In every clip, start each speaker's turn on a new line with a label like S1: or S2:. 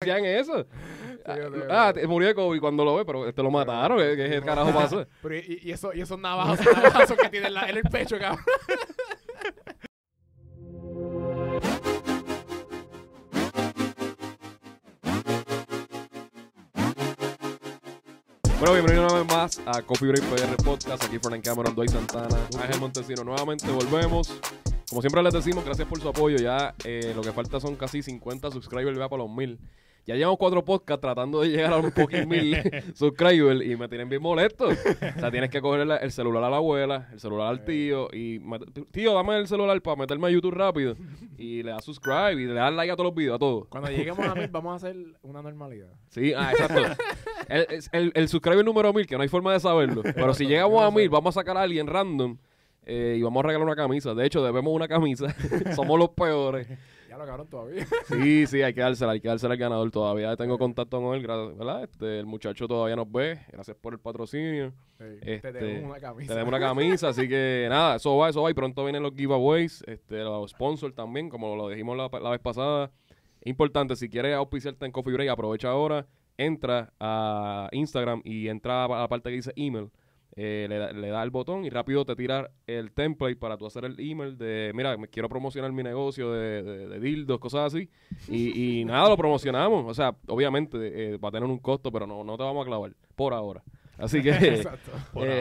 S1: decían eso. Ah, te- murió de COVID cuando lo ve, pero te lo mataron. ¿Qué, qué carajo pasó?
S2: Pero y, y- y eso- y esos navajos, navajazos que tiene en, la- en el pecho, cabrón.
S1: Bueno, bienvenido una vez más a Coffee Break PR Podcast. Aquí Fernán Cameron, Dwight Santana, Ángel Montesino. Nuevamente volvemos. Como siempre les decimos, gracias por su apoyo. Ya eh, lo que falta son casi 50 subscribers ya para los mil. Ya llevamos cuatro podcasts tratando de llegar a un poquito mil subscribers y me tienen bien molesto. O sea, tienes que coger el celular a la abuela, el celular al tío y... met- Tío, dame el celular para meterme a YouTube rápido. Y le das subscribe y le das like a todos los videos, a todos.
S2: Cuando lleguemos a mil, vamos a hacer una normalidad.
S1: Sí, ah, exacto. el, es- el, el subscriber número 1000, que no hay forma de saberlo. Pero si llegamos a 1000, vamos a sacar a alguien random eh, y vamos a regalar una camisa. De hecho, debemos una camisa. Somos los peores.
S2: Ya lo cabrón todavía.
S1: Sí, sí, hay que dársela, hay que dársela al ganador. Todavía tengo contacto con él, gra- ¿verdad? Este, el muchacho todavía nos ve. Gracias por el patrocinio.
S2: Sí,
S1: Este,
S2: te debemos una camisa.
S1: Tenemos una camisa, así que nada, eso va, eso va. Y pronto vienen los giveaways, este, los sponsors también, como lo dijimos la, la vez pasada. Importante, si quieres auspiciarte en Coffee Break, aprovecha ahora, entra a Instagram y entra a la parte que dice email. Eh, le, da- le da el botón y rápido te tira el template para tú hacer el email de, mira, me quiero promocionar mi negocio de, de, de dildos, cosas así. Y, y nada, lo promocionamos. O sea, obviamente eh, va a tener un costo, pero no, no te vamos a clavar por ahora. Así que...
S2: Exacto.
S3: Por
S1: Eh,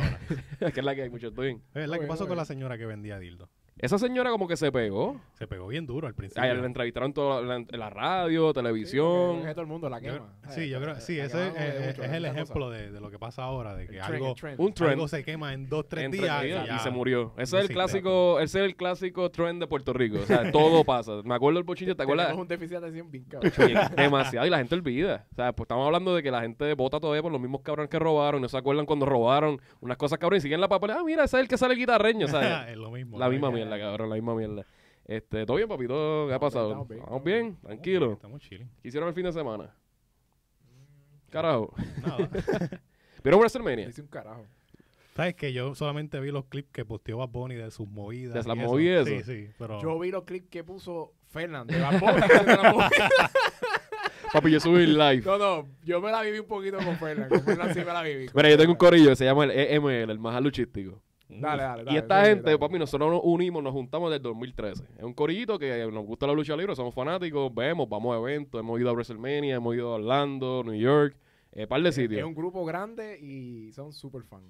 S3: ahora.
S1: que es la que hay mucho estoy.
S3: Es verdad,
S2: Muy
S3: ¿qué pasó
S2: bien.
S3: con Eh, la señora que vendía dildo?
S1: Esa señora como que se pegó.
S3: Se pegó bien duro al principio.
S1: Ay, la entrevistaron toda la, en la radio,
S2: Visión.
S1: televisión.
S2: todo el mundo la
S3: Yo-
S2: quema.
S3: sí, yo creo, sí,
S2: La
S3: ese
S2: quemamos de
S3: es,
S2: mucho,
S3: es el
S2: muchas cosas.
S3: ejemplo de, de lo que pasa ahora, de que
S2: El trend,
S3: algo,
S2: el trend.
S1: un trend.
S3: algo se quema en dos, tres
S1: en tres
S3: días,
S1: días,
S3: y,
S1: y
S3: ya.
S1: se murió. Ese es el
S3: Sí,
S1: clásico, ese es el clásico trend de Puerto Rico. O sea, todo pasa. Me acuerdo el bochillo, ¿te acuerdas?
S2: Tenemos un déficit de atención bien cabrón.
S1: Oye, demasiado y la gente olvida. O sea, pues estamos hablando de que la gente vota todavía por los mismos cabrones que robaron, no se acuerdan cuando robaron unas cosas cabrones y siguen la papelera. Ah, mira, ese es el que sale el guitarreño, o sea,
S3: es lo mismo.
S1: la
S3: ¿no?
S1: misma
S3: Ya.
S1: mierda, cabrón, la misma mierda. Este, ¿todo bien, papito? ¿Qué ha
S2: Estamos bien,
S1: pasado?
S2: estamos bien,
S1: ¿Vamos
S2: estamos
S1: bien? Tranquilo.
S3: Estamos chilling.
S1: ¿Qué hicieron el fin de semana? Carajo.
S3: Nada.
S1: ¿Vieron WrestleMania?
S2: Dice un carajo.
S3: Sabes que yo solamente vi los clips que posteó Bad Bunny de sus movidas.
S1: De las
S3: y eso.
S1: movidas,
S3: Sí,
S1: eso.
S3: sí, pero...
S2: Yo vi los clips que puso Fernan de Bad Bunny, que se la puso.
S1: Papi, yo subí el live.
S2: No, no, yo me la viví un poquito con Fernan. Con Fernan sí me la viví.
S1: Mira, yo tengo un corillo que se llama el EML, el más luchístico.
S2: Dale, dale, dale.
S1: Y esta
S2: sigue,
S1: gente,
S2: dale.
S1: papi, nosotros nos unimos, nos juntamos desde el 2013. Es un corillito que nos gusta la lucha libre, somos fanáticos, vemos, vamos a eventos, hemos ido a WrestleMania, hemos ido a Orlando, New York, eh, par de
S2: Es
S1: sitios.
S2: un grupo grande y son super fan.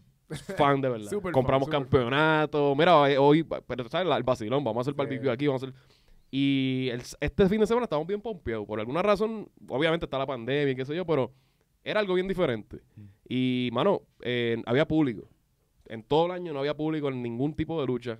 S1: fan de verdad.
S2: Super
S1: Compramos
S2: fan, super
S1: campeonatos. Mira, hoy- hoy, pero sabes, La- el vacilón, vamos a hacer
S2: Sí.
S1: barbecue aquí, vamos a hacer. Y el- este fin de semana estamos bien pompeados. Por alguna razón, obviamente está la pandemia y qué sé yo, pero era algo bien diferente. Y, mano, eh, había público. En todo el año no había público en ningún tipo de lucha.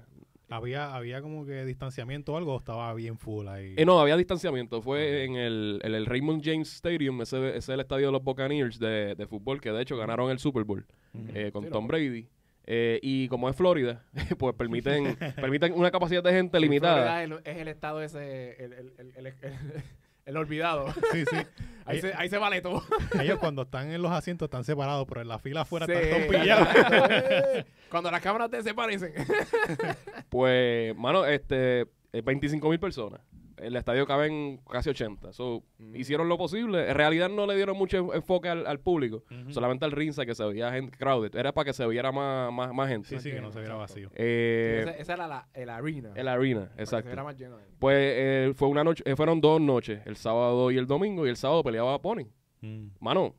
S3: Había, había como que distanciamiento o algo, o estaba bien full ahí.
S1: Eh, no, había distanciamiento. Fue
S3: Ok.
S1: en el, en el Raymond James Stadium. Ese, ese es el estadio de los Buccaneers de, de fútbol, que de hecho ganaron el Super Bowl eh, con
S2: Sí, lo
S1: Tom
S3: pues.
S1: Brady. Eh, y como es Florida, pues permiten, permiten una capacidad de gente limitada.
S2: Florida es el- es el estado ese, el, el, el, el, el- el olvidado.
S3: Sí, sí.
S2: Ahí se, ahí se vale todo.
S3: Ellos cuando están en los asientos están separados, pero en la fila afuera
S2: Sí.
S3: están todos pillados.
S2: Eh, Cuando las cámaras te separecen.
S1: Pues, mano, este, 25 mil personas. El estadio caben casi 80. So,
S2: Mm.
S1: Hicieron lo posible. En realidad no le dieron mucho en- enfoque al, al público.
S3: Ujú.
S1: Solamente al Rinza que se veía gente crowded. Era para que se viera más, más, más gente.
S3: Sí, sí, que no se viera vacío.
S1: Eh,
S2: esa, esa era la el arena.
S1: el arena,
S2: Para que se viera
S1: exacto.
S2: más lleno de-
S1: Pues eh, fue una noche, eh, fueron dos noches, el sábado y el domingo, y el sábado peleaba Pony.
S3: Mm.
S1: Mano,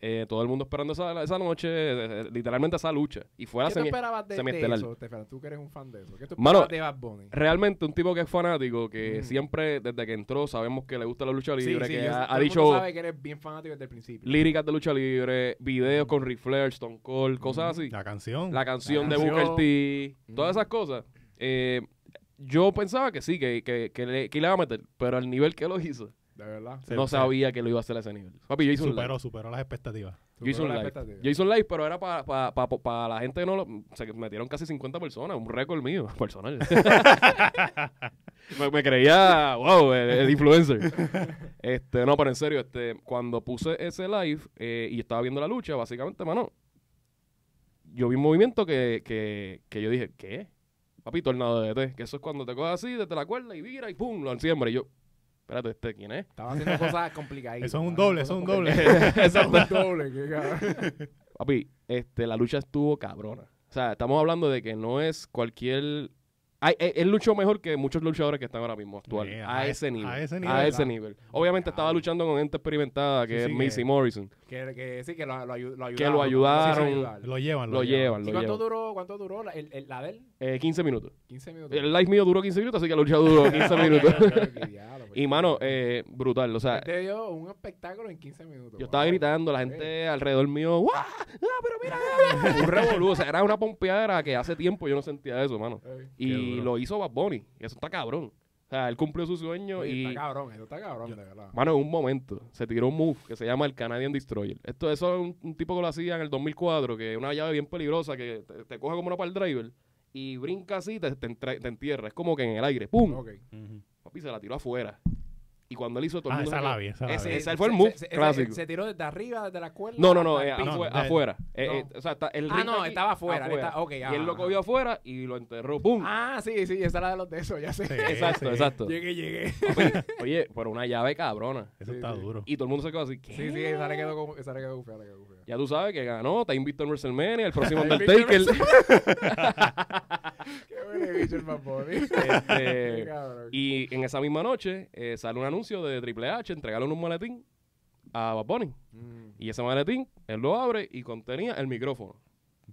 S1: eh, todo el mundo esperando esa, esa noche, eh, eh, literalmente esa lucha. Y fue la
S2: ¿Qué tú
S1: semi-
S2: esperabas de, de
S1: semiestelar.
S2: eso, Estefan? Tú que eres un fan de eso. ¿Qué tú
S1: Mano,
S2: esperabas de Bad Bunny?
S1: Realmente un tipo que es fanático, que
S2: Mm.
S1: siempre desde que entró sabemos que le gusta la lucha libre, que ha,
S2: yo- todo
S1: ha
S2: el mundo
S1: dicho
S2: sabe que eres bien fanático desde el principio.
S1: líricas de lucha libre, videos con Ric Flair, Stone Cold, cosas así.
S3: La canción.
S1: La canción de
S2: La
S1: Booker
S2: canción.
S1: T, todas
S2: Mm.
S1: esas cosas. Eh, yo pensaba que sí, que, que, que le, que le iba a meter, pero al nivel que lo hizo,
S2: De verdad.
S3: Se-
S1: no
S3: se-
S1: sabía que lo iba a hacer a ese nivel. Papi, yo hice un live.
S3: superó, superó las expectativas.
S1: Yo hice un
S2: Superó la
S1: live.
S2: expectativa.
S1: Yo hice un live, pero era para pa, pa- pa- pa la gente que no lo... Se metieron casi 50 personas, un récord mío, personal. me, me creía, wow, el, el influencer. este No, pero en serio, este cuando puse ese live eh, y estaba viendo la lucha, básicamente, mano, yo vi un movimiento que, que, que yo dije, E ¿qué? Papi, tornado de DT, que eso es cuando te coges así desde la cuerda y vira y pum, lo enciembra. Y yo, Espérate, ¿este quién es?
S2: Estaba haciendo cosas complicadas.
S3: Eso es un doble, eso es un doble.
S2: Eso es un doble. qué cabrón.
S1: Papi, este, la lucha estuvo cabrona. O sea, estamos hablando de que no es cualquier... Ay, e- él luchó mejor que muchos luchadores que están ahora mismo actual.
S3: Yeah,
S1: a,
S3: a
S1: ese
S3: e-
S1: nivel,
S3: a ese nivel,
S1: A
S3: ¿verdad?
S1: ese nivel. Obviamente estaba luchando con gente experimentada, que
S3: Sí, eh.
S1: es
S3: sí,
S1: Missy
S3: que-
S1: Morrison.
S2: que, que sí, que lo, lo, ayu- lo ayudaron.
S1: Que lo ayudaron.
S2: Sí, sí, ayudaron.
S3: Lo llevan,
S1: Lo llevan,
S2: ¿Y
S1: lo
S2: cuánto
S1: llevan.
S2: duró, cuánto duró la, el, el- la de él?
S1: Eh, 15 minutos.
S2: 15 minutos. Ah,
S1: El live mío duró 15 minutos, así que la lucha duró 15 minutos.
S2: Qué diablo, pues.
S1: y, mano, eh, brutal. O sea,
S2: Él te dio un espectáculo en 15 minutos. pues.
S1: Yo estaba
S2: wow.
S1: gritando, la gente alrededor mío, ¡guau! ¡Ah, pero mira! un revolú, o sea, era una pompeadera que hace tiempo yo no sentía eso, mano.
S2: Ey.
S1: Y
S3: duro.
S1: lo hizo Bad Bunny, y eso está cabrón. O sea, él cumplió su sueño
S2: Oye,
S1: y,
S2: Está cabrón, eso está cabrón, de verdad.
S1: mano, en un momento se tiró un move que se llama el Canadian Destroyer. Esto, eso es un, un tipo que lo hacía en el 2004, que es una llave bien peligrosa que te, te coge como una para el driver y brinca así y te, te entra- te entierra. Es como que en el aire, ¡pum!
S2: Ok.
S3: Ujú.
S1: Papi se la tiró afuera. Y cuando él hizo todo el
S3: Ah,
S1: mundo
S3: esa
S1: se quedó-
S3: la vi, esa la
S1: Ese-
S3: vi.
S1: ese fue el
S2: se-
S1: move
S2: se- se-
S1: clásico.
S2: Se, se tiró desde arriba, desde la cuerda.
S1: No, no, no,
S2: hasta
S1: eh,
S2: el piso.
S1: afu-
S3: No, de-
S1: afuera. Eh,
S2: no.
S1: eh, o sea, está, él
S2: Ah,
S1: está
S2: no,
S1: aquí,
S2: estaba afuera, él está- ok,
S1: y
S2: ajá,
S1: él lo
S2: ajá.
S1: cogió afuera y lo enterró. ¡Pum!
S2: Ah, sí, sí, esa era de los de esos, ya sé.
S3: Sí,
S1: exacto,
S3: sí.
S1: exacto.
S2: Llegué, llegué.
S1: Oye, pero una llave cabrona.
S3: Eso
S2: Sí,
S3: está
S2: sí.
S3: duro.
S1: Y todo el mundo se quedó así. ¿qué?
S2: Sí, sí, esa le quedó como- esa le quedó gufea, le quedó gufea.
S1: Ya tú sabes que ganó, está invicto en WrestleMania, el próximo
S2: Está invicto en
S1: Undertaker.
S2: Qué huele bicho el Bad Bunny.
S1: Este,
S2: Qué cabrón.
S1: y en esa misma noche eh, sale un anuncio de Triple H, entregaron un maletín a Bad Bunny.
S2: Mm.
S1: Y ese maletín, él lo abre y contenía el micrófono.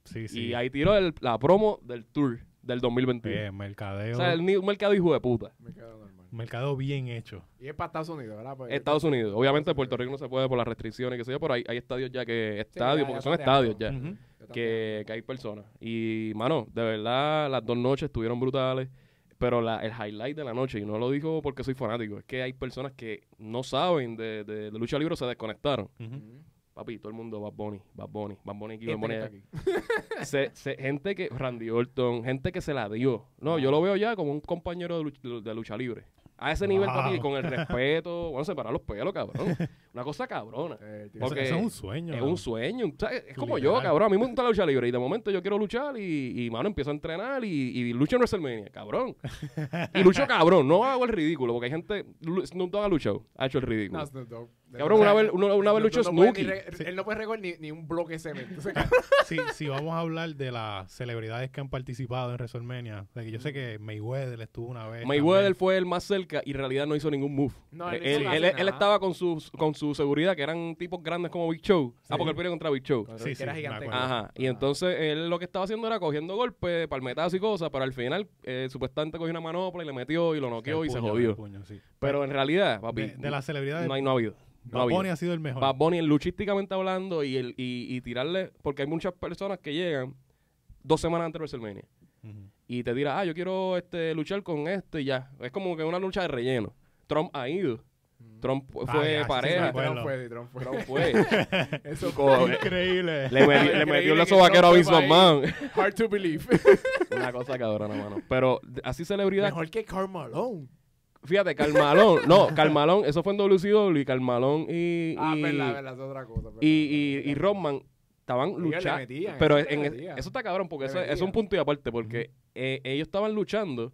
S3: Sí, sí.
S1: Y ahí tiró el- la promo del tour del 2021.
S3: Bien, mercadeo.
S1: O sea, el ni- un mercado hijo de puta.
S2: Me quedó normal.
S3: mercadeo bien hecho.
S2: Y es para Estados Unidos, ¿verdad? Pues-
S1: Estados Unidos. Obviamente
S2: Estados
S1: Puerto Rico no se puede por las restricciones, que sé yo, pero hay, hay estadios ya que... Estadios,
S2: ya- ya
S1: porque
S2: están
S1: son estadios ya,
S2: dejando.
S3: Ujú.
S2: Yo también.
S1: que, que hay personas. Y, mano, de verdad, las dos noches estuvieron brutales, pero la- el highlight de la noche, y no lo digo porque soy fanático, es que hay personas que no saben de, de- de lucha libre, se desconectaron.
S3: Ujú.
S2: Mm.
S1: Papi, todo el mundo, Bad Bunny, Bad Bunny, Bad Bunny aquí, Bad
S2: Este
S1: Bunny
S2: que está
S1: allá.
S2: aquí.
S1: Se- se- gente que, Randy Orton, gente que se la dio. No, yo lo veo ya como un compañero de lucha, de lucha libre. A ese nivel,
S3: Wow.
S1: papi, con el respeto, bueno, separar los pelos, cabrón. Una cosa cabrona.
S2: Eh, tío,
S3: Eso-
S1: Porque
S3: eso es un sueño.
S1: Es
S3: ¿no?
S1: un sueño. o sea, Es como yo,
S3: Literal.
S1: cabrón. A mí me gusta la lucha libre y de momento yo quiero luchar y, y, mano, empiezo a entrenar y, y lucho en WrestleMania, cabrón. Y lucho cabrón, no hago el ridículo porque hay gente, Lu- Snoop Dogg ha luchado, ha hecho el ridículo.
S2: No, Snoop Dogg.
S1: cabrón, una vez, una, una vez
S2: Snoop
S1: luchó
S2: Dogg no puede
S1: Snooki.
S2: ni re- Él no puede recoger ni, ni un bloque de cemento. ese cabrón.
S3: si, si vamos a hablar de las celebridades que han participado en WrestleMania, o sea, que yo sé que Mayweather estuvo una vez.
S1: Mayweather fue el más cerca y en realidad no hizo ningún move.
S2: No,
S1: él,
S2: él hizo
S1: él-
S2: casi
S1: él-
S2: nada.
S1: él estaba con su, con su seguridad, que eran tipos grandes como Big Show. Ah, porque él peleó contra Big Show.
S3: Sí, sí,
S2: era
S3: me
S2: gigante. Ah.
S3: acuerdo.
S1: Ajá. Y entonces él lo que estaba haciendo era cogiendo golpes, palmetazos y cosas, pero al final eh, supuestamente cogió una manopla y le metió y lo
S3: también.
S1: noqueó
S3: El
S1: y se
S3: puño,
S1: jodió.
S3: el puño, sí.
S1: Pero en realidad, papi,
S3: de, de las celebridades,
S1: no, hay, no ha habido. No ha
S3: Bad Bunny
S1: habido.
S3: ha sido el mejor.
S1: Bad Bunny, luchísticamente hablando, y, el, y, y tirarle, porque hay muchas personas que llegan dos semanas antes de WrestleMania
S3: Ujú.
S1: y te dirá, ah, yo quiero este, luchar con este y ya. Es como que una lucha de relleno. Trump ha ido.
S2: Mm.
S1: Trump fue
S3: Ah, ya, sí, sí,
S1: pareja.
S3: me acuerdo.
S2: Trump fue, Trump fue.
S1: Trump fue.
S2: Eso
S1: Co-
S3: Increíble.
S1: le metió, le
S2: Increíble
S1: metió el
S2: que
S1: oso vaquero a
S2: Trump
S1: Vince
S2: fue pa'
S1: McMahon.
S2: Hard to believe.
S1: una cosa cabrona, mano. Pero así celebridad
S2: Mejor que Karl Malone.
S1: Fíjate, Carmalón, no, Carmalón, eso fue en WCW, Carmalón y, y,
S2: Ah, verdad, verdad, es otra cosa. verdad,
S1: y, y, y
S2: verdad.
S1: Rodman estaban
S2: Ellos le
S1: luchando.
S2: metían,
S1: Pero
S2: ellos le
S1: en-
S2: metían.
S1: eso está cabrón, porque
S2: Le
S1: eso es- es
S2: metían.
S1: un punto y aparte, porque eh, ellos estaban luchando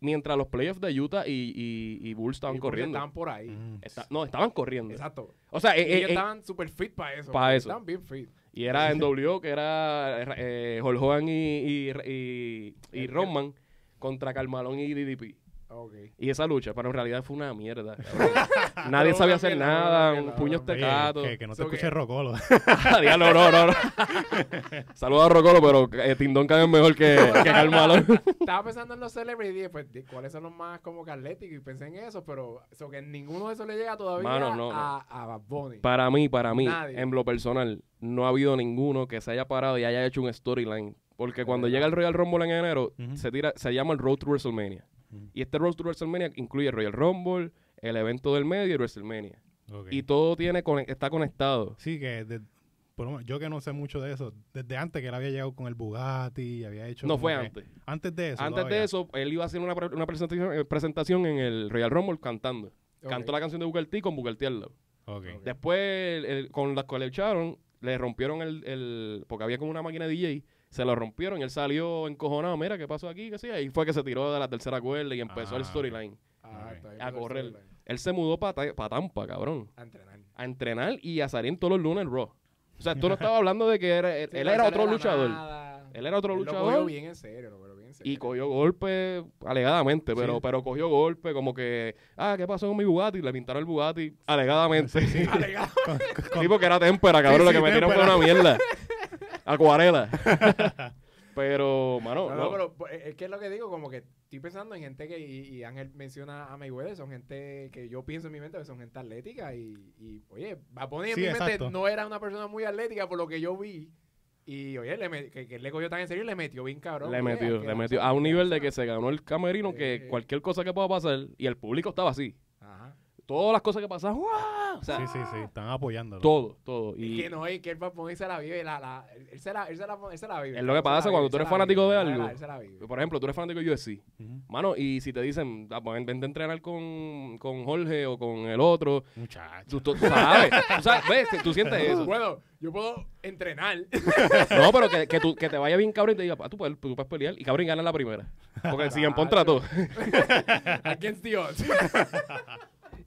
S1: mientras los playoffs de Utah y, y, y Bulls estaban
S2: Y porque
S1: corriendo.
S2: Estaban por ahí.
S3: Mm.
S1: Está- no, estaban corriendo.
S2: Exacto.
S1: O sea, eh,
S2: Y
S1: eh,
S2: ellos
S1: eh,
S2: estaban super fit para eso.
S1: pa'
S2: porque
S1: eso.
S2: Estaban bien fit.
S1: y era en W, que era eh, Hulk Hogan y, y, y, y
S2: El- el-
S1: Rodman contra Carmalón y DDP.
S2: Ok.
S1: Y esa lucha, pero en realidad fue una mierda. cabrón. Nadie
S2: Pero
S1: sabía
S2: una
S1: hacer
S2: mierda,
S1: nada,
S2: una
S1: un
S2: mierda,
S1: puño
S2: una
S3: Oye,
S1: estecato.
S3: que, que no te
S2: So que-
S3: escuche Rocolo.
S1: Diablo, no, no, no. Saludos a Rocolo, pero eh, Tindón cae mejor que, que Karl Malone.
S2: Estaba pensando en los celebrities, pues, de cuáles son los más como que atléticos y pensé en eso, pero eso que ninguno de esos le llega todavía
S1: Mano, no, no.
S2: a, a Bad Bunny.
S1: Para mí, para mí,
S2: Nadie.
S1: en lo personal, no ha habido ninguno que se haya parado y haya hecho un storyline. Porque cuando
S2: verdad.
S1: llega el Royal Rumble en enero,
S3: Ujú.
S1: se tira, se llama el Road to WrestleMania.
S3: Ujú.
S1: Y este Road to WrestleMania incluye el Royal Rumble, el evento del medio y WrestleMania.
S3: Ok.
S1: Y todo tiene con- está conectado.
S3: Sí, que de- por lo menos yo que no sé mucho de eso, desde antes que él había llegado con el Bugatti, había hecho...
S1: No
S3: como
S1: fue
S3: que-
S1: antes.
S3: Antes de eso.
S1: Antes de eso, él iba a hacer una, pre- una presentación, eh, presentación en el Royal Rumble cantando.
S2: Ok.
S1: Cantó la canción de Booker T con Booker T al lado. Después, el- el- con las que le echaron, le rompieron el, el- Porque había como una máquina de DJ, se lo rompieron y él salió encojonado. Mira, ¿qué pasó aquí? ¿Qué sé? yo? Ahí fue que se tiró de la tercera cuerda y empezó
S3: Ah,
S1: el
S3: ok.
S1: storyline.
S2: Ah, está bien,
S1: a
S2: pero
S1: correr.
S2: eso es verdad.
S1: Él se mudó para Tampa, cabrón,
S2: A entrenar.
S1: a entrenar y a salir todos los lunes en Raw. O sea, tú no estabas hablando de que era- él,
S2: Sí,
S1: él
S2: no
S1: era
S2: sale
S1: otro
S2: de la
S1: luchador.
S2: nada.
S1: Él era otro
S2: Él Lo cogió
S1: luchador
S2: bien en serio, lo cogió bien en serio.
S1: y cogió golpe alegadamente, pero,
S3: Sí.
S1: pero cogió golpe como que, ah, ¿qué pasó con mi Bugatti? Le pintaron el Bugatti alegadamente. Sí,
S2: Alegado.
S3: Con- con-
S1: porque era témpera, cabrón,
S3: Sí,
S1: lo
S3: sí,
S1: que metieron fue
S3: témpera.
S1: una mierda. Acuarela. pero, mano,
S2: No,
S1: no.
S2: no, pero pues, es que es lo que digo, como que estoy pensando en gente que, y, y Ángel menciona a Mayweather, son gente que yo pienso en mi mente que son gente atlética y, y oye, va poner en
S3: Sí,
S2: mi
S3: exacto.
S2: mente no era una persona muy atlética por lo que yo vi y oye, le met- que, que él le cogió tan en serio y le metió bien cabrón.
S1: le
S2: oye,
S1: metió,
S2: hay que
S1: le
S2: darse
S1: metió
S2: la
S1: a un nivel de que
S2: confianza.
S1: se ganó el camerino que
S2: Sí.
S1: cualquier cosa que pueda pasar y el público estaba así.
S2: Ajá.
S1: Todas las cosas que pasaban, ¡guau! o sea,
S3: Sí, sí, sí, están apoyándolo.
S1: todo, todo. Y
S2: Y que no, y que el papón se la vive, la, la, él, se la, él, se la, él se la vive.
S1: Es lo que
S2: él se la
S1: pasa
S2: vive,
S1: cuando
S2: él
S1: tú
S2: se
S1: eres
S2: la
S1: fanático
S2: vive,
S1: de
S2: él se la-
S1: algo.
S2: él se la vive.
S1: por ejemplo, tú eres fanático de UFC.
S3: Ujú.
S1: Mano, y si te dicen, ah, pues, vente a entrenar con, con Jorge o con el otro,
S3: Muchacho.
S1: tú, tú- tú sabes, tú sabes, ves, tú sientes eso.
S2: Bueno, yo puedo entrenar.
S1: No, pero que, que, tú- que te vaya bien cabrón y te diga, ah, tú puedes, tú puedes pelear y cabrón gana la primera. Porque el siguiente trató.
S2: Against the odds.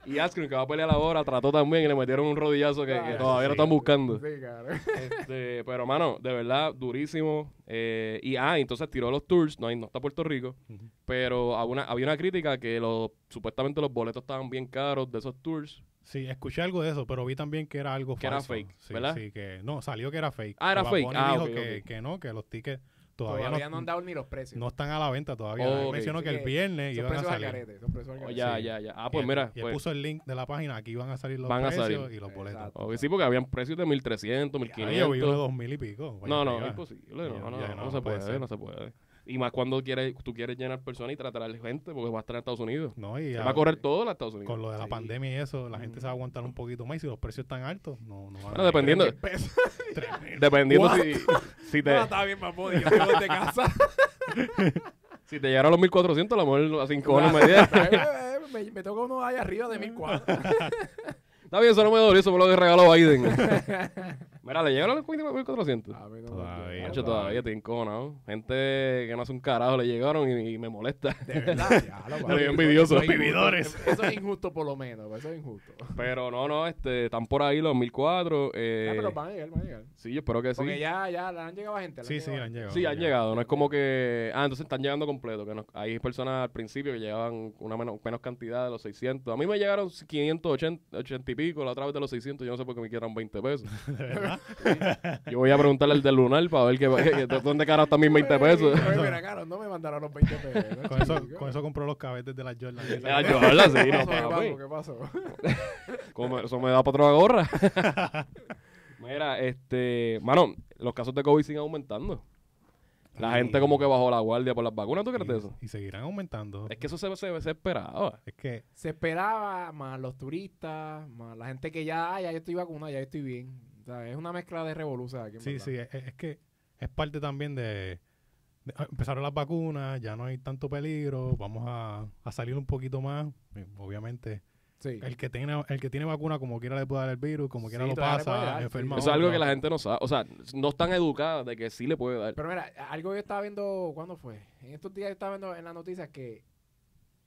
S1: Y Askren, que va a pelear ahora, trató también y le metieron un rodillazo que, que
S2: Ah,
S1: todavía lo
S3: sí.
S1: están buscando.
S2: Sí, claro.
S1: Este, pero, mano, de verdad, durísimo. Eh, y, ah, entonces tiró los tours, no, hay- no está Puerto Rico.
S3: Ujú.
S1: Pero había una, había una crítica que los, supuestamente los boletos estaban bien caros de esos tours.
S3: Sí, escuché algo de eso, pero vi también que era algo
S1: Que era
S3: falso.
S1: fake,
S3: Sí,
S1: ¿verdad?
S3: sí, que no, salió que era fake.
S1: Ah, era
S3: Bad
S1: fake.
S3: Bunny
S1: Ah,
S3: dijo
S1: ok,
S3: que,
S1: ok.
S3: que no, que los tickets todavía,
S2: Todavía,
S3: no,
S2: no han dado ni los precios.
S3: no están a la venta todavía.
S1: Oh,
S3: Él
S1: ok.
S3: mencionó
S2: Así
S3: que el
S2: que
S3: viernes
S2: Son
S3: iban a
S2: precios al
S3: salir.
S2: garete, son precios
S1: Oh,
S2: al garete.
S1: ya,
S3: Sí.
S1: ya, ya. Ah,
S3: Y
S1: pues
S3: él-
S1: mira.
S3: Y él
S1: pues,
S3: puso el link de la página, aquí van a salir los
S1: Van a
S3: precios
S1: salir.
S3: y los boletos.
S2: Exacto.
S1: ok, sí, porque habían precios de 1300,
S3: Ay, yo vi uno de
S1: 1500.
S3: dos mil y pico. vaya
S1: No, no,
S3: arriba.
S1: es imposible.
S3: Pues Ya,
S1: No, no,
S3: ya
S1: no,
S3: no,
S1: se
S3: puede
S1: puede,
S3: ser.
S1: no se puede. Y más cuando quieres, tú quieres llenar personas y tratar a la gente porque va a estar en Estados Unidos.
S3: No, y
S1: Se
S3: ya
S1: va a correr todo en Estados Unidos.
S3: con lo de la
S2: Sí.
S3: pandemia y eso, la gente se va a aguantar un poquito más y si los precios están altos, no, no van
S1: Mm. Bueno,
S3: a-
S1: dependiendo,
S2: Pesos.
S1: dependiendo si, si te,
S2: No, estaba bien, papo. Yo vivo de casa.
S1: si te llegara a los 1400, a lo mejor a 5 horas me dieron.
S2: me, Eh, me, me toca uno ahí arriba de mil cuadros.
S1: Está bien, eso no me dolió, eso me lo regaló Biden. Mira, le llegaron los 1400.
S3: Ah,
S2: A mí no me
S3: Todavía,
S1: Nacho,
S2: entiendo.
S1: todavía estoy enconado. Gente que no hace un carajo le llegaron y, y me molesta.
S2: De verdad, ya lo
S1: Pero bien envidioso.
S2: Eso es injusto.
S3: Vividores.
S2: Eso es injusto, por lo menos. pues, Eso es injusto.
S1: Pero no, no, este, están por ahí los 1004.
S2: Ah,
S1: Eh,
S2: pero van a llegar, van a llegar.
S1: sí, yo espero que sí.
S2: Porque ya, ya, le han llegado a gente. le
S3: Sí, sí,
S2: llegado a
S3: han llegado.
S1: Sí, han llegado. No es como que. Ah, entonces están llegando completo. Que no- hay personas al principio que llegaban una menos, menos cantidad de los 600. A mí me llegaron 580 80 y pico. La otra vez de los 600. Yo no sé por qué me quieran 20 pesos. yo voy a preguntarle al del lunar para ver que, que- dónde carajo están mis 20 pesos.
S2: Oye, mira, caro, no me mandaron los 20 pesos.
S3: Con eso,
S2: chico.
S3: con eso compró los cabetes de las Jordan.
S1: Ya, Ah, yo hablo así,
S2: ¿Qué
S1: no,
S2: pasó,
S1: papi.
S2: ¿Qué pasó? ¿Qué pasó?
S1: Como eso me da para otra gorra. Mira, este. Mano, los casos de COVID siguen aumentando. La gente como que bajó la guardia por las vacunas. ¿Tú crees de eso?
S3: Y, y seguirán aumentando.
S1: Es que eso se, se, se esperaba.
S3: Es que
S2: Se esperaba más los turistas, más la gente que ya, ah, ya yo estoy vacunada, ya yo estoy bien. O sea, es una mezcla de revolución aquí. en
S3: Sí,
S2: verdad.
S3: sí, es, es que es parte también de, de- ah, Empezaron las vacunas, ya no hay tanto peligro, vamos a, a salir un poquito más. Eh, Obviamente,
S2: Sí.
S3: el que tiene el que tiene vacuna, como quiera le puede dar el virus, como quiera
S2: Sí,
S3: lo
S2: todavía le puede
S3: pasa,
S2: dar,
S3: enferma.
S2: sí.
S1: Eso es algo que
S3: otro.
S1: la gente no sabe. O sea, no están educadas de que sí le puede dar.
S2: Pero mira, algo yo estaba viendo, ¿cuándo fue? En estos días yo estaba viendo en las noticias que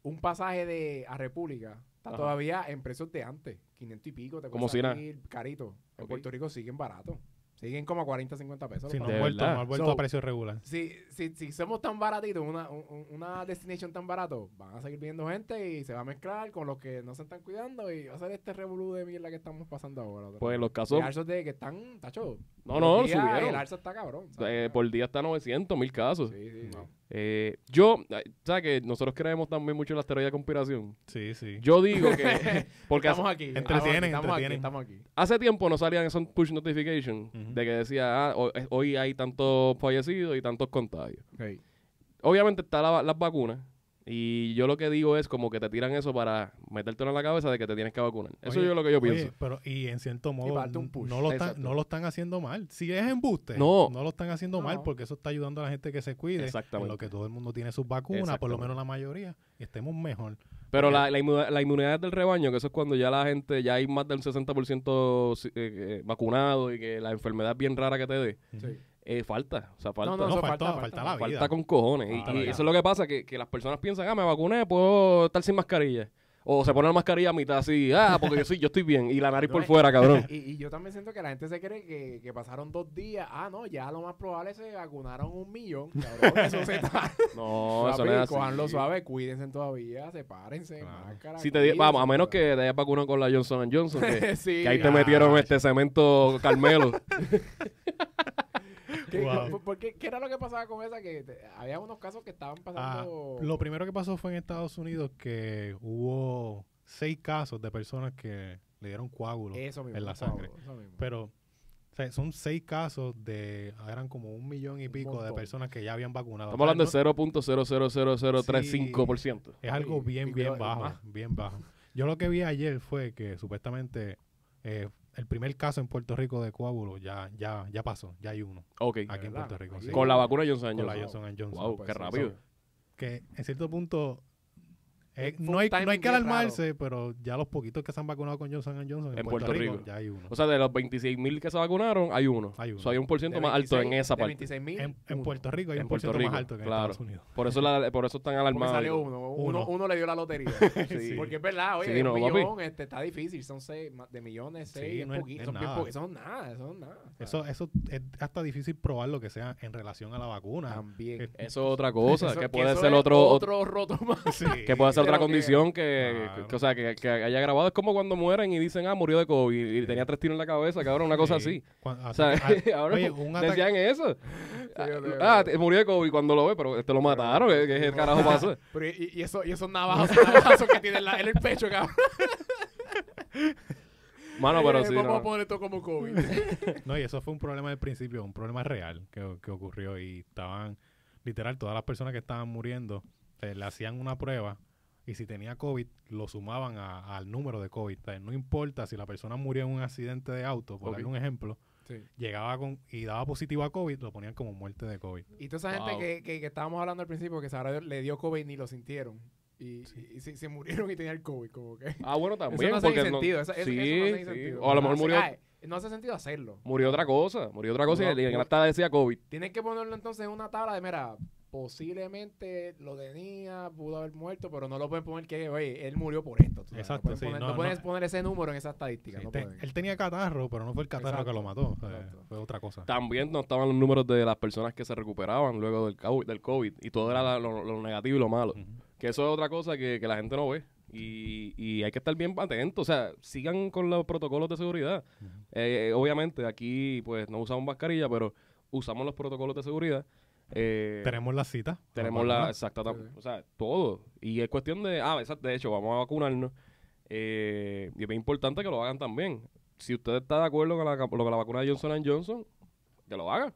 S2: un pasaje de a República está
S1: Ajá.
S2: todavía en precios de antes, 500 y pico, te
S1: Como
S2: puede
S1: si nada.
S2: salir carito. En
S1: Ok.
S2: Puerto Rico siguen baratos, siguen como a 40, 50 pesos.
S3: Sí,
S2: los
S3: no
S1: De
S3: han
S2: pasajes.
S3: vuelto, no
S1: verdad.
S3: han vuelto a
S2: So-
S3: precio regular.
S2: si, si, si somos tan baratitos, una, un- un- una destination tan barato, van a seguir viendo gente y se va a mezclar con los que no se están cuidando y va a ser este revolú de mierda que estamos pasando ahora.
S1: Pues los casos.
S2: los alzos de que están, tacho.
S1: No, no,
S2: los días, El
S1: subieron.
S2: alza está cabrón. ¿sabes?
S1: Eh, por día está 900, 1000 casos.
S2: Sí, sí, sí.
S3: No.
S1: Eh, yo, eh, ¿sabes que Nosotros creemos también mucho en las teorías de conspiración.
S3: Sí, sí.
S1: Yo digo que. Porque hace,
S2: estamos aquí.
S3: Entretienen,
S2: estamos
S3: entretienen.
S2: Aquí, estamos aquí.
S1: hace tiempo no salían esos push notifications
S3: Ujú.
S1: de que decía, ah, ho- eh, hoy hay tantos fallecidos y tantos contagios. Obviamente está la- las vacunas. Y yo lo que digo es como que te tiran eso para metértelo en la cabeza de que te tienes que vacunar. Eso
S3: Oye,
S1: yo es lo que yo
S3: Oye,
S1: pienso.
S3: pero y en cierto modo
S2: parte un push.
S3: no lo
S1: Exacto.
S3: están no lo están haciendo mal. Si es embuste,
S1: No.
S3: no lo están haciendo
S2: No.
S3: mal porque eso está ayudando a la gente que se cuide, en
S1: Exactamente.
S3: lo que todo el mundo tiene sus vacunas, por lo
S1: Exactamente.
S3: menos la mayoría, y estemos mejor.
S1: Pero la, la, inmunidad, la inmunidad del rebaño, que eso es cuando ya la gente, ya hay más del 60% si- eh, eh, vacunado y que la enfermedad bien rara que te dé,
S2: Sí.
S1: eh, falta. O sea, falta.
S2: No,
S3: No,
S2: eso
S3: faltó,
S2: falta,
S3: falta,
S2: falta.
S3: la vida.
S1: Falta con cojones. Y-
S3: Falta
S1: y
S3: la vida.
S1: eso es lo que pasa, que, que las personas piensan, ah, me vacuné, puedo estar sin mascarilla. O se pone la mascarilla a mitad así, ah, porque yo sí, yo estoy bien. Y la nariz por fuera, cabrón.
S2: Y, y yo también siento que la gente se cree que, que pasaron dos días. Ah, no, ya lo más probable se vacunaron un millón. Cabrón, eso se está.
S1: No, eso
S2: Papi,
S1: no es así.
S2: cójanlo suave, cuídense todavía, sepárense,
S3: Claro.
S2: máscara,
S1: Si te di- vamos, a
S2: cuídense,
S1: menos que te hayas vacunado con la Johnson Johnson, que,
S2: Sí,
S1: que ahí te
S2: ah,
S1: metieron este cemento Carmelo.
S2: ¿qué-
S3: Wow.
S2: por- por qué, qué era lo que pasaba con esa? Que te- había unos casos que estaban
S3: Ah,
S2: pasando.
S3: lo primero que pasó fue en Estados Unidos que hubo seis casos de personas que le dieron coágulos.
S2: eso mismo,
S3: en la
S2: por favor,
S3: sangre.
S2: eso mismo.
S3: Pero o sea, son seis casos de, ah, eran como un millón y
S2: Un
S3: pico de
S2: montón.
S3: personas que ya habían vacunado.
S1: Estamos
S3: O sea,
S1: hablando
S3: no-
S1: de 0.000035%.
S3: Es algo
S2: Y-
S3: bien,
S2: y
S3: bien
S2: creo-
S3: bajo,
S2: más.
S3: bien bajo. Yo lo que vi ayer fue que supuestamente eh, el primer caso en Puerto Rico de coágulo ya, ya, ya pasó, ya hay uno
S1: Ok.
S3: aquí en
S2: verdad?
S3: Puerto Rico.
S2: Ahí
S3: sí.
S1: Con la vacuna Johnson
S3: Con la
S1: Johnson.
S3: Johnson Johnson.
S1: Wow,
S2: pues,
S1: qué
S2: sí,
S1: rápido.
S2: eso.
S3: Que en cierto punto eh,
S2: Fue
S3: no,
S2: un
S3: hay, no hay
S2: timing
S3: que
S2: bien
S3: alarmarse, pero ya los poquitos que se han vacunado con Johnson Johnson en, Puerto, Rico, ya hay uno.
S1: O sea, de los 26.000 que se vacunaron, hay uno.
S3: Hay uno.
S1: O sea, hay un por ciento
S2: De
S1: más alto en
S2: 26
S1: esa
S2: de
S1: parte.
S2: 26.000,
S3: en, en
S2: uno.
S3: Puerto Rico hay
S1: En
S3: un
S1: Puerto
S3: porcentaje más
S1: Rico,
S3: alto que en
S1: claro.
S3: Estados Unidos.
S1: Por eso, la- por eso están
S2: Porque
S1: alarmados.
S2: salió uno, uno,
S3: Uno.
S2: uno le dio la lotería.
S1: Sí.
S2: Sí. Porque es verdad, oye,
S1: Sí, no,
S2: un
S1: papi.
S2: millón este, está difícil, son seis, ma- de millones,
S3: Sí,
S2: seis, es
S3: no es-
S2: poquito,
S3: es
S2: son bien
S3: nada.
S2: poqui- son nada, son nada.
S3: Eso, eso es hasta difícil probar lo que sea en relación a la vacuna.
S2: también.
S3: eh,
S1: Eso es otra cosa,
S2: Eso-
S1: que puede
S2: eso
S1: ser
S2: es
S1: otro,
S2: otro roto más.
S3: Sí.
S1: que puede ser
S2: de
S1: otra
S2: lo que-
S1: condición que,
S3: Claro.
S1: que- o sea, que, que haya grabado. Es como cuando mueren y dicen, ah, murió de COVID y, y tenía tres tiros en la cabeza, cabrón, una cosa así.
S3: Cuan-
S1: O sea,
S3: a-
S1: ahora
S3: Ah, oye, un ataque-
S1: decían eso. Ah,
S2: yo creo.
S1: ah, te- murió de COVID cuando lo ve, pero te lo mataron. ¿Qué, qué carajo pasó?
S2: Pero y, y, eso, y esos navajos, esos navajos que tienen la- en el pecho, cabrón.
S1: Mano, pero
S2: Eh,
S1: sí.
S2: Vamos
S1: Ah, no.
S2: a poner esto como COVID.
S3: No, y eso fue un problema del principio, un problema real que, que ocurrió y estaban, literal, todas las personas que estaban muriendo eh, le hacían una prueba y si tenía COVID lo sumaban a- al número de COVID. O sea, no importa si la persona murió en un accidente de auto, por
S1: Ok.
S3: darle un ejemplo,
S2: Sí.
S3: llegaba con y daba positivo a COVID, lo ponían como muerte de COVID.
S2: Y toda esa gente
S1: Wow.
S2: que, que, que estábamos hablando al principio, que Sara le dio COVID ni lo sintieron. Y, y se, se murieron y tenían el COVID, como que.
S1: Ah, bueno,
S2: Eso
S1: también.
S2: no hace
S1: porque
S2: ni sentido. Eso, eso-
S1: sí,
S2: eso no hace ni
S1: sí.
S2: sentido.
S1: O a lo mejor
S2: Hace-
S1: murió,
S2: ah, no hace sentido hacerlo.
S1: murió otra cosa. Murió otra cosa
S2: No,
S1: y en
S2: no.
S1: la tabla decía COVID.
S2: Tienes que ponerlo entonces en una tabla de, mira, posiblemente lo tenía, pudo haber muerto, pero no lo pueden poner que, oye, él murió por esto. tú sabes,
S3: Exacto,
S2: No pueden
S3: sí,
S2: poner,
S3: no,
S2: no
S3: no.
S2: puedes poner ese número en esa estadística.
S3: Sí,
S2: no
S3: te-
S2: pueden.
S3: él tenía catarro, pero no fue el catarro que lo mató, o sea,
S2: exacto.
S3: fue otra cosa.
S1: También no estaban los números de las personas que se recuperaban luego del COVID, del COVID y todo era la- lo, lo negativo y lo malo.
S3: Ujú.
S1: Que eso es otra cosa que, que la gente no ve. Y, y hay que estar bien atentos. O sea, sigan con los protocolos de seguridad.
S3: Ujú.
S1: Eh, obviamente, aquí pues no usamos mascarilla, pero usamos los protocolos de seguridad. Eh,
S3: Tenemos la cita.
S1: tenemos
S3: vacuna.
S1: la exacta, tam-
S2: Sí.
S1: o sea, todo. Y es cuestión de, ah, esa- de hecho, vamos a vacunarnos. Eh, y es bien importante que lo hagan también. Si usted está de acuerdo con la, ca- lo que la vacuna de Johnson Johnson, que lo haga.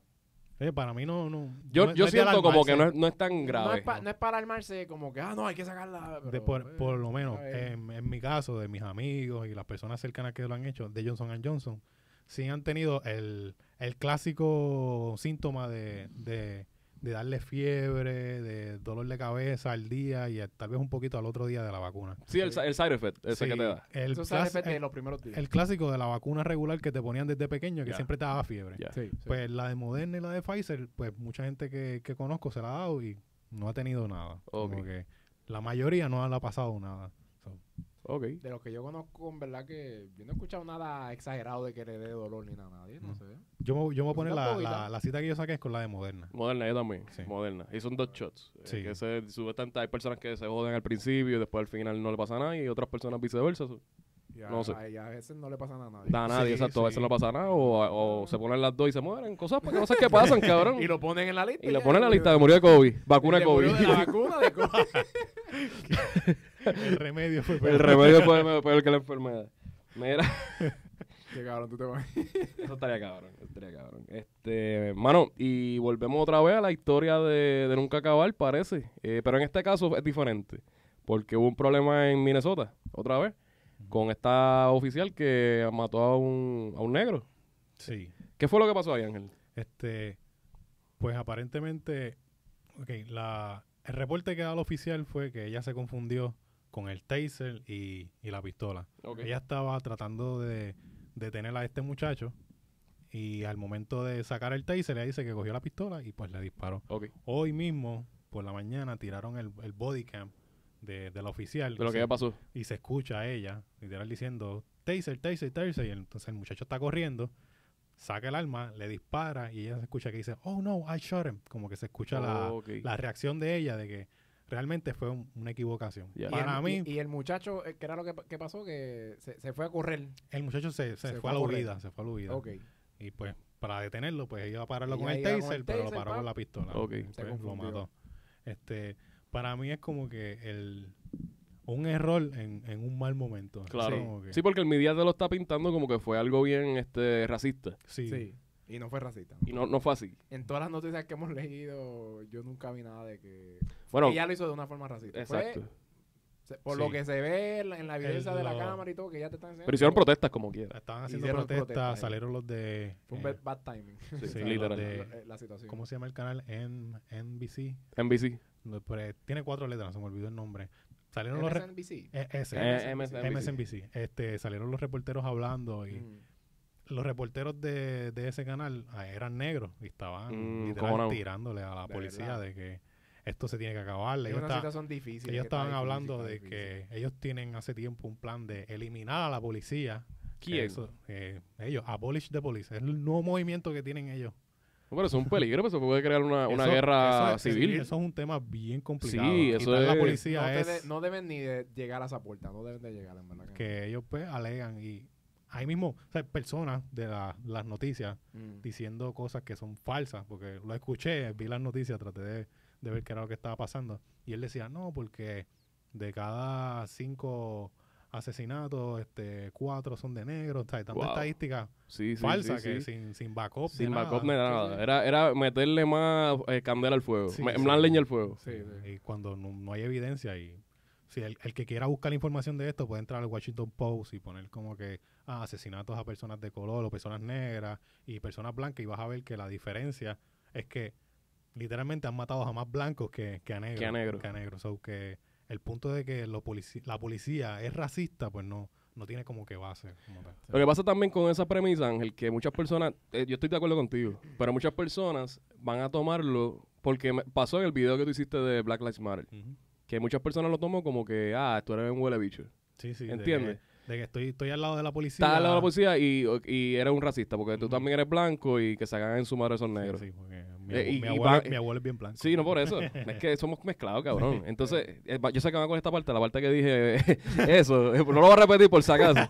S3: Eh, para mí no... no
S1: Yo,
S3: no-
S1: yo
S3: no es de
S1: siento como que
S3: alarmarse.
S1: no es, no es tan grave.
S2: No es, pa- no es para alarmarse como que, ah, no, hay que sacarla.
S3: De
S2: pero,
S3: por,
S2: eh,
S3: por lo menos,
S2: a ver.
S3: en, en mi caso, de mis amigos y las personas cercanas que lo han hecho, de Johnson Johnson, sí han tenido el, el clásico síntoma de, de, de darle fiebre, de dolor de cabeza al día y eh, tal vez un poquito al otro día de la vacuna.
S1: Sí, el, el side effect, ese
S3: Sí,
S1: que te da.
S3: El,
S2: eso sale
S3: clas-
S2: después de
S3: el,
S2: los primeros días.
S3: el clásico de la vacuna regular que te ponían desde pequeño, que
S1: Ya.
S3: siempre te daba fiebre.
S1: Ya.
S2: Sí, sí.
S3: Pues la de Moderna y la de Pfizer, pues mucha gente que, que conozco se la ha dado y no ha tenido nada. Como
S1: Ok.
S3: que la mayoría no la ha pasado nada. So,
S1: Ok.
S2: de los que yo conozco, en verdad que yo no he escuchado nada exagerado de que le dé dolor ni nada a nadie, no
S3: Mm.
S2: sé.
S3: Yo me, yo me voy a poner
S2: Una
S3: la,
S2: poquita.
S3: la- la cita que yo saqué es con la de Moderna.
S1: Moderna, yo también.
S3: Sí.
S1: Moderna. Y son dos shots. Eh,
S3: Sí.
S1: que se, supuestamente hay personas que se joden al principio y después al final no le pasa nada y otras personas viceversa. Eso-
S2: Y a,
S1: No sé.
S2: a- y a veces no le pasa nada a nadie.
S1: Da a nadie,
S3: Sí,
S1: exacto. A veces
S3: sí.
S1: no pasa nada o, o se ponen las dos y se mueren. Cosas para que no sé qué pasan, cabrón.
S2: Y lo ponen en la lista.
S1: Y lo
S2: ya,
S1: ponen en la
S2: y-
S1: lista de murió de COVID.
S2: y
S1: Vacuna de
S2: le murió
S1: COVID.
S2: de la vacuna de COVID.
S3: El remedio fue
S1: El remedio fue peor, peor que la enfermedad. Mira,
S2: Qué cabrón, tú te vas.
S1: eso estaría cabrón. eso estaría cabrón. Este, mano, y volvemos otra vez a la historia de, de nunca acabar, parece. Eh, pero en este caso es diferente. Porque hubo un problema en Minnesota, otra vez, con esta oficial que mató a un, a un negro.
S3: Sí.
S1: ¿Qué fue lo que pasó ahí, Ángel?
S3: Este, pues aparentemente, ok, la, el reporte que da el oficial fue que ella se confundió con el taser y, y la pistola.
S1: Ok.
S3: Ella estaba tratando de detener a este muchacho y al momento de sacar el taser le dice que cogió la pistola y pues le disparó.
S1: Ok.
S3: Hoy mismo, por la mañana, tiraron el, el body cam de, de la oficial.
S1: De lo que ya pasó.
S3: y se escucha a ella, literal diciendo, taser, taser, taser. Y entonces el muchacho está corriendo, saca el arma, le dispara y ella se escucha que dice, oh no, I shot him. Como que se escucha la,
S1: Ok.
S3: la reacción de ella de que realmente fue un- una equivocación.
S1: Ya.
S2: Y
S3: Para
S2: el,
S3: mí,
S2: Y, y el muchacho, eh, ¿qué era lo que, pa- que pasó? Que se, se fue a correr.
S3: el muchacho se, se
S2: se
S3: fue
S2: fue
S3: a la
S2: a correr.
S3: huida, se fue a la huida.
S2: Ok.
S3: Y pues, para detenerlo, pues iba a pararlo
S2: Ella
S3: con el,
S2: iba
S3: taser,
S2: con el
S3: pero lo
S2: taser,
S3: paró
S2: pa.
S3: con la pistola.
S1: Ok.
S3: Y,
S1: Se
S3: pues, lo
S2: confundió.
S3: mató. Este, para mí es como que el un error en, en un mal momento. Es como
S1: Claro.
S3: que-
S1: Sí, porque el media te lo está pintando como que fue algo bien este racista.
S3: sí.
S2: Sí. Y no fue racista.
S1: Y no, no fue así.
S2: En todas las noticias que hemos leído, yo nunca vi nada de que.
S1: Bueno,
S2: ella lo hizo de una forma racista. Fue-
S1: exacto.
S2: se- por
S3: Sí.
S2: lo que se ve en la, en la evidencia de la
S3: lo-
S2: cámara y todo, que ya te están enseñando.
S1: Pero hicieron protestas como quiera.
S3: Estaban haciendo
S2: Hicieron
S3: protestas,
S2: protestas, eh.
S3: salieron los de.
S2: Fue un
S3: eh,
S2: bad, bad timing.
S1: Sí,
S3: sí,
S1: literal.
S3: los de-
S2: la, la situación.
S3: ¿Cómo se llama el canal? N- NBC.
S1: NBC.
S3: No, pero, eh, tiene cuatro letras, se me olvidó el nombre. Salieron los. re-
S2: MSNBC.
S3: eh, ese,
S1: Eh,
S3: MSNBC. Este, salieron los reporteros hablando y
S2: Mm.
S3: los reporteros de, de ese canal ah, eran negros y estaban
S1: Mm,
S3: literal
S1: cómo no.
S3: tirándole a la
S2: De
S3: policía
S2: verdad.
S3: de que esto se tiene que acabar.
S2: Es
S3: Ellos,
S2: una
S3: esta-
S2: situación difícil.
S3: ellos
S2: que está
S3: estaban
S2: difícil,
S3: hablando
S2: está
S3: de
S2: difícil.
S3: que ellos tienen hace tiempo un plan de eliminar a la policía
S1: ¿Quién?
S3: Eso, eh, ellos, Abolish the Police. Es el nuevo movimiento que tienen ellos.
S1: No, pero eso es un peligro, pues se puede crear una, una
S3: Eso-
S1: guerra
S3: eso es-
S1: civil.
S3: Eso es un tema bien complicado.
S1: Sí, eso
S3: Quitar la
S1: es-
S3: policía
S2: no, te
S3: es
S2: de- no deben ni de llegar a esa puerta, no deben de llegar, en verdad. Que,
S3: que ellos pues alegan y ahí mismo, o sea, personas de la- las noticias
S2: no. Mm.
S3: diciendo cosas que son falsas, porque lo escuché, vi las noticias, traté de, de ver qué era lo que estaba pasando. Y él decía, no, porque de cada cinco asesinatos, este, cuatro son de negros, o sea, hay tanta
S1: Wow.
S3: estadística
S1: sí, sí,
S3: falsa
S1: sí,
S3: que
S1: sí.
S3: Sin, sin backup.
S1: Sin
S3: nada.
S1: backup ni nada. Era, era meterle más eh, candela al fuego.
S3: Sí,
S1: Me-
S3: sí.
S1: Más leña al fuego.
S2: Sí, sí.
S3: Y eh, cuando no, no hay evidencia y si el, el que quiera buscar información de esto puede entrar al Washington Post y poner como que ah, asesinatos a personas de color o personas negras y personas blancas y vas a ver que la diferencia es que literalmente han matado a más blancos que, que a negros.
S1: Que a negros.
S3: Que negros. So que el punto de que los polici- la policía es racista pues no, no tiene como que base. como tal.
S1: Lo que pasa también con esa premisa, Ángel, que muchas personas, eh, yo estoy de acuerdo contigo, pero muchas personas van a tomarlo porque me- pasó en el video que tú hiciste de Black Lives Matter,
S3: Ujú.
S1: que muchas personas lo toman como que, ah, tú eres un huele bicho.
S3: Sí, sí. de
S1: ¿Entiendes?
S3: que- De, que estoy, estoy al lado de la policía.
S1: Estás al lado de la policía y, y eres un racista porque tú
S3: Ujú.
S1: también eres blanco y que se hagan en su madre esos negros.
S3: Sí, porque mi,
S1: Eh,
S3: abue-
S1: y-
S3: mi
S1: y
S3: abuelo,
S1: va-
S3: mi abuelo es bien blanco.
S1: Sí, no por eso. Es que somos mezclados, cabrón. Entonces, eh, va- yo sé que van a con esta parte, la parte que dije eso. eh, No lo voy a repetir por si acaso.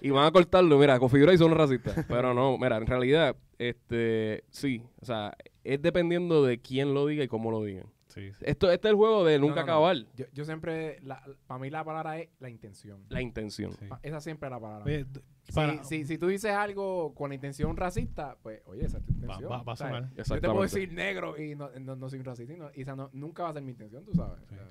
S1: Y van a cortarlo, mira, configura y son los racistas. Pero no, mira, en realidad, este, sí. O sea, es dependiendo de quién lo diga y cómo lo digan.
S3: Sí, sí.
S1: Esto, este es el juego de
S2: No,
S1: nunca
S2: no, no.
S1: acabar.
S2: Yo, yo siempre, para mí la palabra es la intención.
S1: La intención.
S3: sí.
S2: Pa- Esa siempre es la palabra.
S3: Oye, d-
S2: Si-
S3: Ah, para-
S2: si, si tú dices algo con la intención racista, pues, oye, esa es tu
S3: va,
S2: intención.
S3: va- va a
S2: ¿sabes?
S3: sonar.
S2: Yo te
S1: Exactamente.
S2: puedo decir negro y no, no, no soy un racista. y no- y esa no- nunca va a ser mi intención, tú sabes.
S3: Sí.
S2: O sea,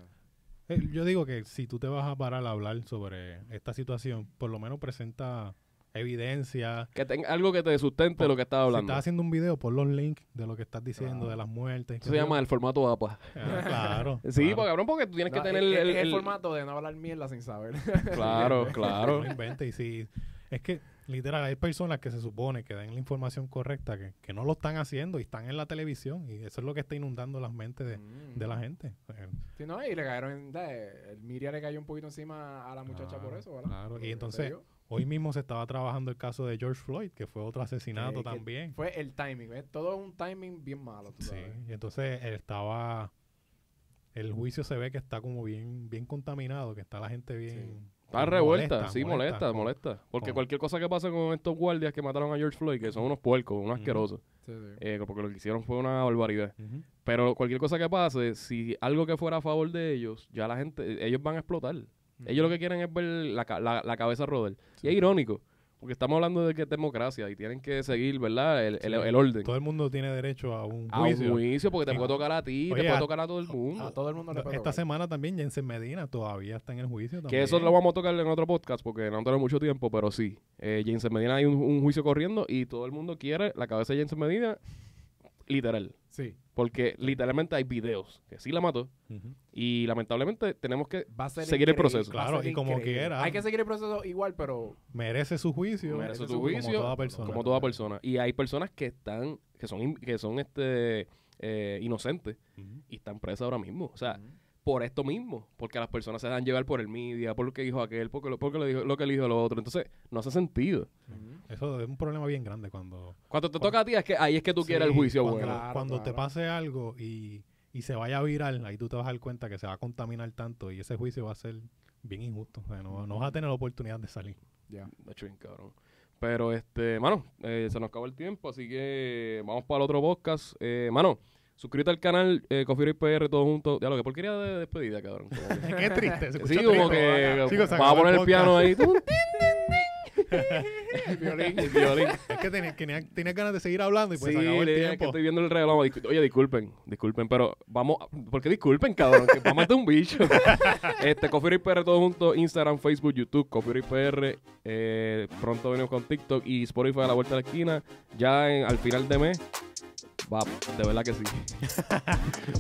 S3: Eh, Yo digo que si tú te vas a parar a hablar sobre esta situación, por lo menos presenta evidencia.
S1: Que tenga algo que te sustente lo que estás
S3: Si
S1: hablando.
S3: estás haciendo un video, por los links de lo que estás diciendo,
S2: Claro.
S3: de las muertes. qué
S1: Eso
S3: sé
S1: se
S3: yo.
S1: llama el formato pues. APA.
S3: Ah, claro.
S1: Sí,
S3: claro.
S1: porque, cabrón, porque tú tienes
S2: no,
S1: que tener
S2: es-
S1: el,
S2: es- eh, es
S1: el-
S2: formato de no hablar mierda sin saber.
S1: Claro, claro.
S3: No inventes. Y si, es que, literal, hay personas que se supone que den la información correcta, que, que no lo están haciendo y están en la televisión. Y eso es lo que está inundando las mentes de,
S2: Mm.
S3: de la gente. Eh,
S2: Sí, no, y le cayeron, en- da, eh, el Miria le cayó un poquito encima a la muchacha por
S3: Claro,
S2: eso, ¿verdad?
S3: claro. Y
S2: Porque
S3: entonces,
S2: se dio.
S3: Hoy mismo se estaba trabajando el caso de George Floyd, que fue otro asesinato
S2: Que- que
S3: también.
S2: Fue el timing, ¿ves? Todo un timing bien malo, tú
S3: Sí,
S2: sabes.
S3: y entonces él estaba. El juicio se ve que está como bien, bien contaminado, que está la gente bien.
S1: Está revuelta, sí, molesta, molesta. Porque
S3: con-
S1: cualquier cosa que pase con estos guardias que mataron a George Floyd, que son unos puercos, unos
S3: Ujú.
S1: asquerosos,
S2: Sí, sí.
S1: eh, porque lo que hicieron fue una barbaridad.
S3: Ujú.
S1: Pero cualquier cosa que pase, si algo que fuera a favor de ellos, ya la gente, ellos van a explotar. Ellos lo que quieren es ver la, ca- la- la cabeza rodar.
S3: Sí.
S1: Y es irónico, porque estamos hablando de que es democracia y tienen que seguir, ¿verdad? El, el-
S3: Sí.
S1: el orden.
S3: Todo el mundo tiene derecho a un
S1: A un
S3: juicio.
S1: juicio, porque te
S3: Sí.
S1: puede tocar a ti,
S3: Oye,
S1: te puede
S3: a-
S1: tocar a todo el mundo.
S2: Mm. A todo el mundo le puede
S3: Esta
S2: tocar.
S3: semana también Jensen Medina todavía está en el juicio.
S1: Que
S3: también.
S1: eso lo vamos a tocar en otro podcast porque no tenemos mucho tiempo, pero sí. Eh, Jensen Medina hay un, un juicio corriendo y todo el mundo quiere la cabeza de Jensen Medina, literal.
S2: Sí.
S1: Porque literalmente hay videos que sí la mató
S3: Ujú.
S1: y lamentablemente tenemos que...
S2: Va a ser
S1: Seguir el
S2: increíble,
S1: proceso.
S2: va a
S3: Claro,
S2: ser
S3: y como
S2: increíble.
S3: quiera.
S2: Hay que seguir el proceso igual, pero
S3: Merece su juicio.
S1: Merece su
S3: como
S1: juicio,
S3: toda persona.
S1: Como toda persona. Y hay personas que están, que son, in- que son este, eh, inocentes
S3: Ujú.
S1: y están presas ahora mismo. O sea,
S2: Ujú.
S1: por esto mismo, porque las personas se dan llevar por el media, por lo que dijo aquel, porque lo, porque lo, dijo, lo que le dijo el otro. Entonces, no hace sentido.
S2: Mm.
S3: Eso es un problema bien grande cuando...
S1: Cuando te toca a ti, es que ahí es que tú quieres el
S3: Sí,
S1: juicio
S3: cuando,
S1: bueno.
S2: Claro,
S3: cuando te
S2: claro.
S3: pase algo y, y se vaya a viral, ahí tú te vas a dar cuenta que se va a contaminar tanto y ese juicio va a ser bien injusto. O sea, no, no vas a tener la oportunidad de salir.
S2: Ya.
S1: De hecho, bien cabrón. Pero, este, mano, eh, se nos acabó el tiempo, así que vamos para el otro podcast. Eh, mano, suscríbete al canal eh, Coffee Break PR, todos juntos. Ya lo que porquería de despedida, cabrón. Como que-
S3: Qué triste. se
S1: Sí,
S3: escucha
S1: como
S3: triste.
S1: que
S3: Chicos,
S1: vamos
S3: se
S1: a
S3: acabó
S1: poner
S3: el
S1: el piano ahí.
S2: El violín.
S1: el violín.
S3: Es que tenía, tenía- tenía ganas de seguir hablando y pues
S1: sí,
S3: se acabó el
S1: le- es que
S3: tiempo.
S1: estoy viendo el reloj. Discu- Oye, disculpen, disculpen, pero vamos. a- ¿Por qué disculpen, cabrón? Que vamos a matar un bicho. este, Coffee Break PR, todos juntos. Instagram, Facebook, YouTube, Coffee Break PR. eh, pronto venimos con TikTok y Spotify a la vuelta de la esquina. Ya en- al final de mes. Va, de verdad que sí.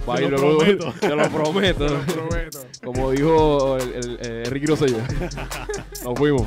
S1: Va,
S3: Te lo
S1: y luego-
S3: prometo.
S1: Te lo prometo.
S2: Prometo.
S1: Como dijo el, el, eh, Ricky Rosselló. Nos fuimos.